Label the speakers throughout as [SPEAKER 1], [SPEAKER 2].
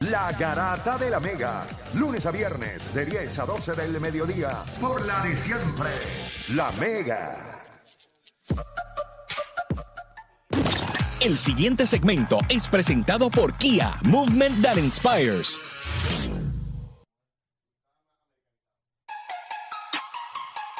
[SPEAKER 1] La Garata de la Mega. Lunes a viernes de 10 a 12 del mediodía. Por la de siempre. La Mega.
[SPEAKER 2] El siguiente segmento es presentado por Kia, Movement That Inspires.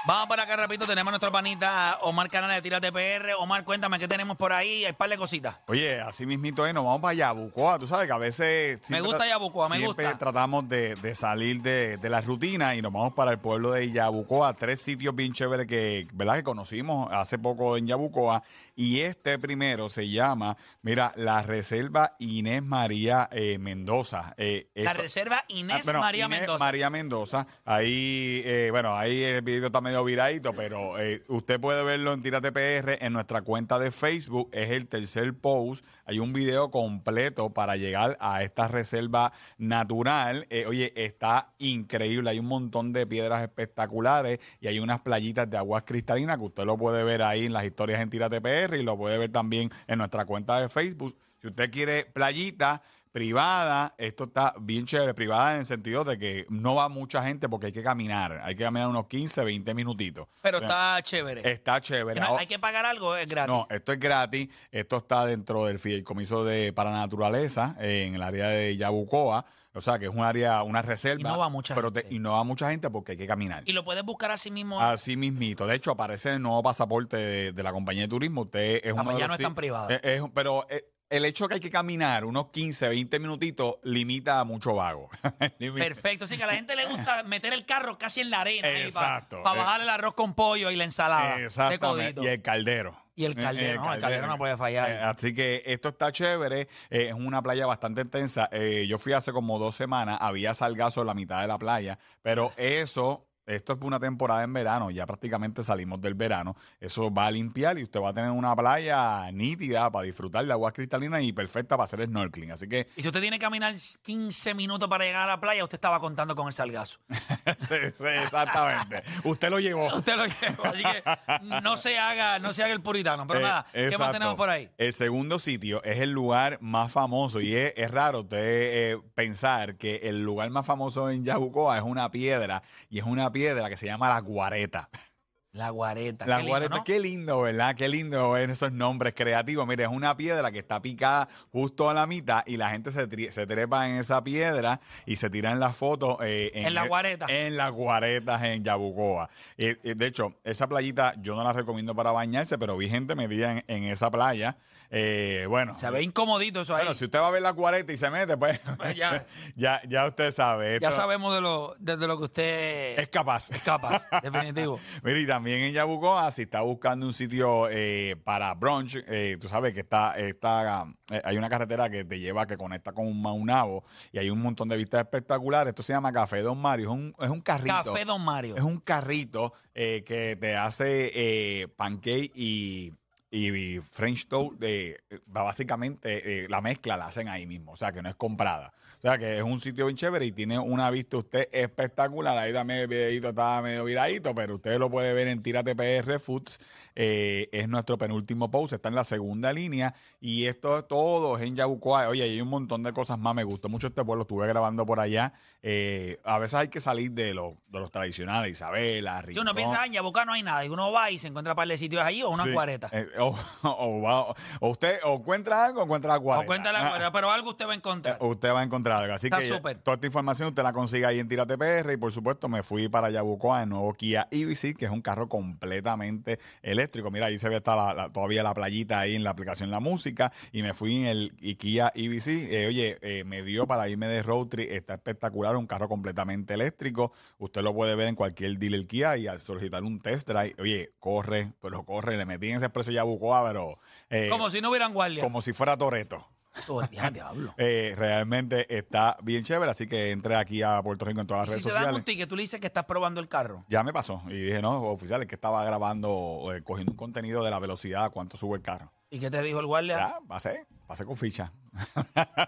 [SPEAKER 3] Vamos por acá, repito, tenemos a nuestro panita Omar Canales de Tírate PR. Omar, cuéntame, ¿qué tenemos por ahí? Hay par de cositas.
[SPEAKER 4] Oye, así mismito, eh, nos vamos para Yabucoa. Tú sabes que a veces. siempre
[SPEAKER 3] gusta
[SPEAKER 4] tra-
[SPEAKER 3] Yabucoa, me
[SPEAKER 4] siempre
[SPEAKER 3] gusta.
[SPEAKER 4] tratamos de, de salir de, de la rutina y nos vamos para el pueblo de Yabucoa. Tres sitios bien chéveres que, ¿verdad? que conocimos hace poco en Yabucoa. Y este primero se llama, mira, la Reserva Inés María eh, Mendoza. Eh,
[SPEAKER 3] La
[SPEAKER 4] esto-
[SPEAKER 3] Reserva Inés
[SPEAKER 4] Ah, bueno,
[SPEAKER 3] María
[SPEAKER 4] Inés
[SPEAKER 3] Mendoza.
[SPEAKER 4] María Mendoza. Ahí, eh, bueno, ahí el video está medio viradito, pero eh, usted puede verlo en Tírate PR en nuestra cuenta de Facebook. Es el tercer post. Hay un video completo para llegar a esta reserva natural. Eh, oye, está increíble. Hay un montón de piedras espectaculares y hay unas playitas de aguas cristalinas que usted lo puede ver ahí en las historias en Tírate PR y lo puede ver también en nuestra cuenta de Facebook. Si usted quiere playita privada, esto está bien chévere, privada en el sentido de que no va mucha gente porque hay que caminar, hay que caminar unos 15, 20 minutitos.
[SPEAKER 3] Pero
[SPEAKER 4] O sea,
[SPEAKER 3] está chévere.
[SPEAKER 4] está chévere.
[SPEAKER 3] No,
[SPEAKER 4] Ahora-
[SPEAKER 3] Hay que pagar algo, es gratis.
[SPEAKER 4] no, esto es gratis. Esto está dentro del fideicomiso de para naturaleza eh, en el área de Yabucoa, o sea que es un área, una reserva.
[SPEAKER 3] Y no va mucha
[SPEAKER 4] pero
[SPEAKER 3] gente.
[SPEAKER 4] Te, y no va mucha gente porque hay que caminar.
[SPEAKER 3] Y lo puedes buscar así mismo.
[SPEAKER 4] Así mismito. De hecho, aparece en el nuevo pasaporte de, de la compañía de turismo. Usted es uno
[SPEAKER 3] pues
[SPEAKER 4] de
[SPEAKER 3] ya
[SPEAKER 4] los
[SPEAKER 3] no es
[SPEAKER 4] sit-
[SPEAKER 3] tan privada.
[SPEAKER 4] Eh, es un- pero eh, el hecho que hay que caminar unos 15, 20 minutitos limita a mucho vago. Limita-
[SPEAKER 3] Perfecto. Así que a la gente le gusta meter el carro casi en la arena.
[SPEAKER 4] Exacto. eh.
[SPEAKER 3] Para bajar el arroz con pollo y la ensalada. de
[SPEAKER 4] Exactamente.
[SPEAKER 3] codito.
[SPEAKER 4] Y el caldero.
[SPEAKER 3] Ah, Y el caldero, no, el caldero no puede fallar.
[SPEAKER 4] Eh, así que esto está chévere. eh, es una playa bastante intensa. Eh, yo fui hace como dos semanas, había salgazo en la mitad de la playa, pero eso. Esto es una temporada en verano, ya prácticamente salimos del verano. Eso va a limpiar y usted va a tener una playa nítida para disfrutar de aguas cristalinas y perfecta para hacer snorkeling. Así que
[SPEAKER 3] Y si usted tiene que caminar 15 minutos para llegar a la playa, usted estaba contando con el salgazo.
[SPEAKER 4] sí, sí, exactamente. usted lo llevó.
[SPEAKER 3] Usted lo lleva. Así que no se haga, no se haga el puritano. Pero
[SPEAKER 4] Eh,
[SPEAKER 3] nada, ¿qué más
[SPEAKER 4] exacto.
[SPEAKER 3] tenemos por ahí?
[SPEAKER 4] El segundo sitio es el lugar más famoso y es, es raro usted eh, pensar que el lugar más famoso en Yabucoa es una piedra y es una piedra que se llama La Guareta.
[SPEAKER 3] La guareta.
[SPEAKER 4] La
[SPEAKER 3] Qué lindo,
[SPEAKER 4] Guareta,
[SPEAKER 3] ¿no?
[SPEAKER 4] qué lindo, ¿verdad? Qué lindo en esos nombres creativos. Mire, es una piedra que está picada justo a la mitad y la gente se, tri- se trepa en esa piedra y se tiran las fotos. eh,
[SPEAKER 3] En la Guareta.
[SPEAKER 4] En las guaretas en Yabucoa. Eh, eh, de hecho, esa playita yo no la recomiendo para bañarse, pero vi gente metida en, en esa playa. Eh, bueno.
[SPEAKER 3] Se ve incomodito eso ahí.
[SPEAKER 4] Bueno, si usted va a ver la guareta y se mete, pues
[SPEAKER 3] Pues ya.
[SPEAKER 4] ya, ya usted sabe.
[SPEAKER 3] ya
[SPEAKER 4] esto
[SPEAKER 3] sabemos de lo, de, de lo que usted
[SPEAKER 4] Es capaz.
[SPEAKER 3] es capaz, definitivo.
[SPEAKER 4] Mira, y también en Yabucoa, si está buscando un sitio eh, para brunch, eh, tú sabes que está, está eh, hay una carretera que te lleva, que conecta con un Maunabo y hay un montón de vistas espectaculares. Esto se llama Café Don Mario. Es un, es un carrito.
[SPEAKER 3] Café Don Mario.
[SPEAKER 4] Es un carrito eh, que te hace eh, pancake y, y French toast. eh, eh, básicamente eh, la mezcla la hacen ahí mismo, o sea que no es comprada. O sea que es un sitio bien chévere y tiene una vista usted espectacular. Ahí también el videito estaba medio viradito, pero usted lo puede ver en Tírate PR Foods. Eh, es nuestro penúltimo post, está en la segunda línea y esto es todo, es en Yabucoa. Oye, hay un montón de cosas más, me gustó mucho este pueblo, estuve grabando por allá. Eh, a veces hay que salir de, lo- de los tradicionales, Isabela,
[SPEAKER 3] Si
[SPEAKER 4] Rincón.
[SPEAKER 3] uno piensa, "Ay, en Yabucoa no hay nada. Y uno va y se encuentra un par de sitios ahí o una
[SPEAKER 4] Sí,
[SPEAKER 3] cuareta.
[SPEAKER 4] eh, o, o, o va- o usted o encuentra algo o encuentra Ah, algo.
[SPEAKER 3] O cuenta la verdad, pero algo usted va a encontrar.
[SPEAKER 4] Usted va a encontrar algo. Así
[SPEAKER 3] Está
[SPEAKER 4] que ya-
[SPEAKER 3] súper.
[SPEAKER 4] toda esta información usted la consigue ahí en Tírate PR. Y por supuesto, me fui para Yabucoa en nuevo Kia EV6, que es un carro completamente eléctrico. Mira, ahí se ve hasta la- la- todavía la playita ahí en la aplicación La Música. Y me fui en el y Kia EV6. Eh, oye, eh, me dio para irme de road trip. Está espectacular, un carro completamente eléctrico. Usted lo puede ver en cualquier dealer Kia y al solicitar un test drive. Oye, corre, pero corre. Le metí en ese expreso Yabucoa, pero. eh,
[SPEAKER 3] Como si no hubieran guardia.
[SPEAKER 4] como si fuera Toreto.
[SPEAKER 3] Tú, ya, diablo.
[SPEAKER 4] Eh, realmente está bien chévere, así que entré aquí a Puerto Rico en todas las
[SPEAKER 3] Y
[SPEAKER 4] redes
[SPEAKER 3] si te dan
[SPEAKER 4] sociales.
[SPEAKER 3] un ticket, tú le dices que estás probando el carro.
[SPEAKER 4] Ya me pasó y dije, no, oficiales, que estaba grabando, eh, cogiendo un contenido de la velocidad, cuánto sube el carro.
[SPEAKER 3] ¿Y qué te dijo el guardia?
[SPEAKER 4] Ya, pasé, pasé con ficha.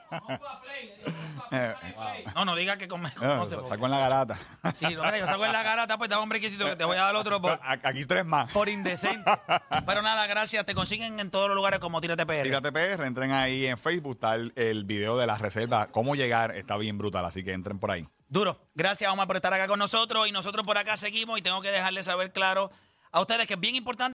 [SPEAKER 3] No, no diga que come.
[SPEAKER 4] Eh,
[SPEAKER 3] No, se
[SPEAKER 4] saco en la garata.
[SPEAKER 3] Sí, no, mira, yo saco en la garata, pues dame un brequecito que te voy a dar otro por,
[SPEAKER 4] A- Aquí tres más.
[SPEAKER 3] por indecente. Pero nada, gracias. Te consiguen en todos los lugares como Tírate PR.
[SPEAKER 4] Tírate PR, entren ahí en Facebook, está el, el video de las reservas, cómo llegar, está bien brutal, así que entren por ahí.
[SPEAKER 3] Duro. Gracias, Omar, por estar acá con nosotros. Y nosotros por acá seguimos. Y tengo que dejarles saber claro a ustedes que es bien importante.